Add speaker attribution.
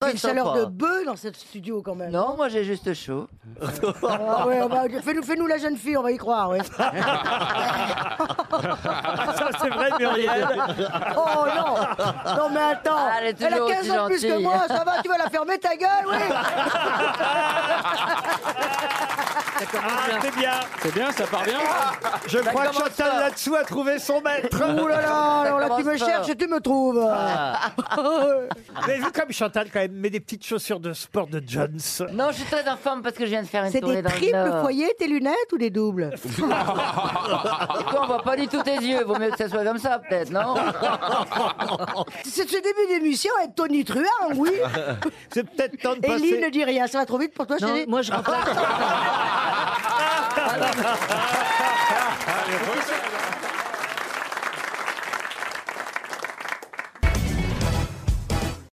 Speaker 1: pas
Speaker 2: une chaleur
Speaker 1: sympa.
Speaker 2: de bœuf dans ce studio quand même.
Speaker 1: Non, moi j'ai juste chaud.
Speaker 2: Ah ouais, on va- Fais-nous fais-nous la jeune fille, on va y croire. ouais.
Speaker 3: Ah, Ça, c'est vrai, Muriel.
Speaker 2: Oh non Non mais attends
Speaker 1: Ah, elle est
Speaker 2: a
Speaker 1: toujours
Speaker 2: 15 ans de plus
Speaker 1: aussi
Speaker 2: que moi,
Speaker 1: gentille.
Speaker 2: ça va, tu vas la fermer ta gueule, oui
Speaker 3: Ah, c'est bien.
Speaker 4: C'est bien, ça part bien.
Speaker 5: Je crois que
Speaker 1: commence
Speaker 5: Chantal
Speaker 1: fort.
Speaker 5: là-dessous a trouvé son maître.
Speaker 2: Ouh là là, alors là tu
Speaker 1: commence
Speaker 2: me
Speaker 1: fort.
Speaker 2: cherches et tu me trouves
Speaker 1: Ah.
Speaker 5: Vous avez vu comme Chantal quand même met des petites chaussures de sport de Jones.
Speaker 1: Non, je suis très en forme parce que je viens de faire une
Speaker 2: C'est
Speaker 1: tournée
Speaker 2: des
Speaker 1: dans le
Speaker 2: triples
Speaker 1: Nord.
Speaker 2: foyers tes lunettes ou des doubles
Speaker 1: Et toi, Ah, on voit pas du tout tes yeux. Vaut mieux que ça soit comme ça, peut-être, non
Speaker 2: C'est ce début d'émission être Tony Truant, oui
Speaker 5: C'est peut-être temps de
Speaker 1: Bah,
Speaker 2: Ellie ne
Speaker 5: passer.
Speaker 2: dit rien, ça va trop vite pour toi chérie
Speaker 6: moi je remplace.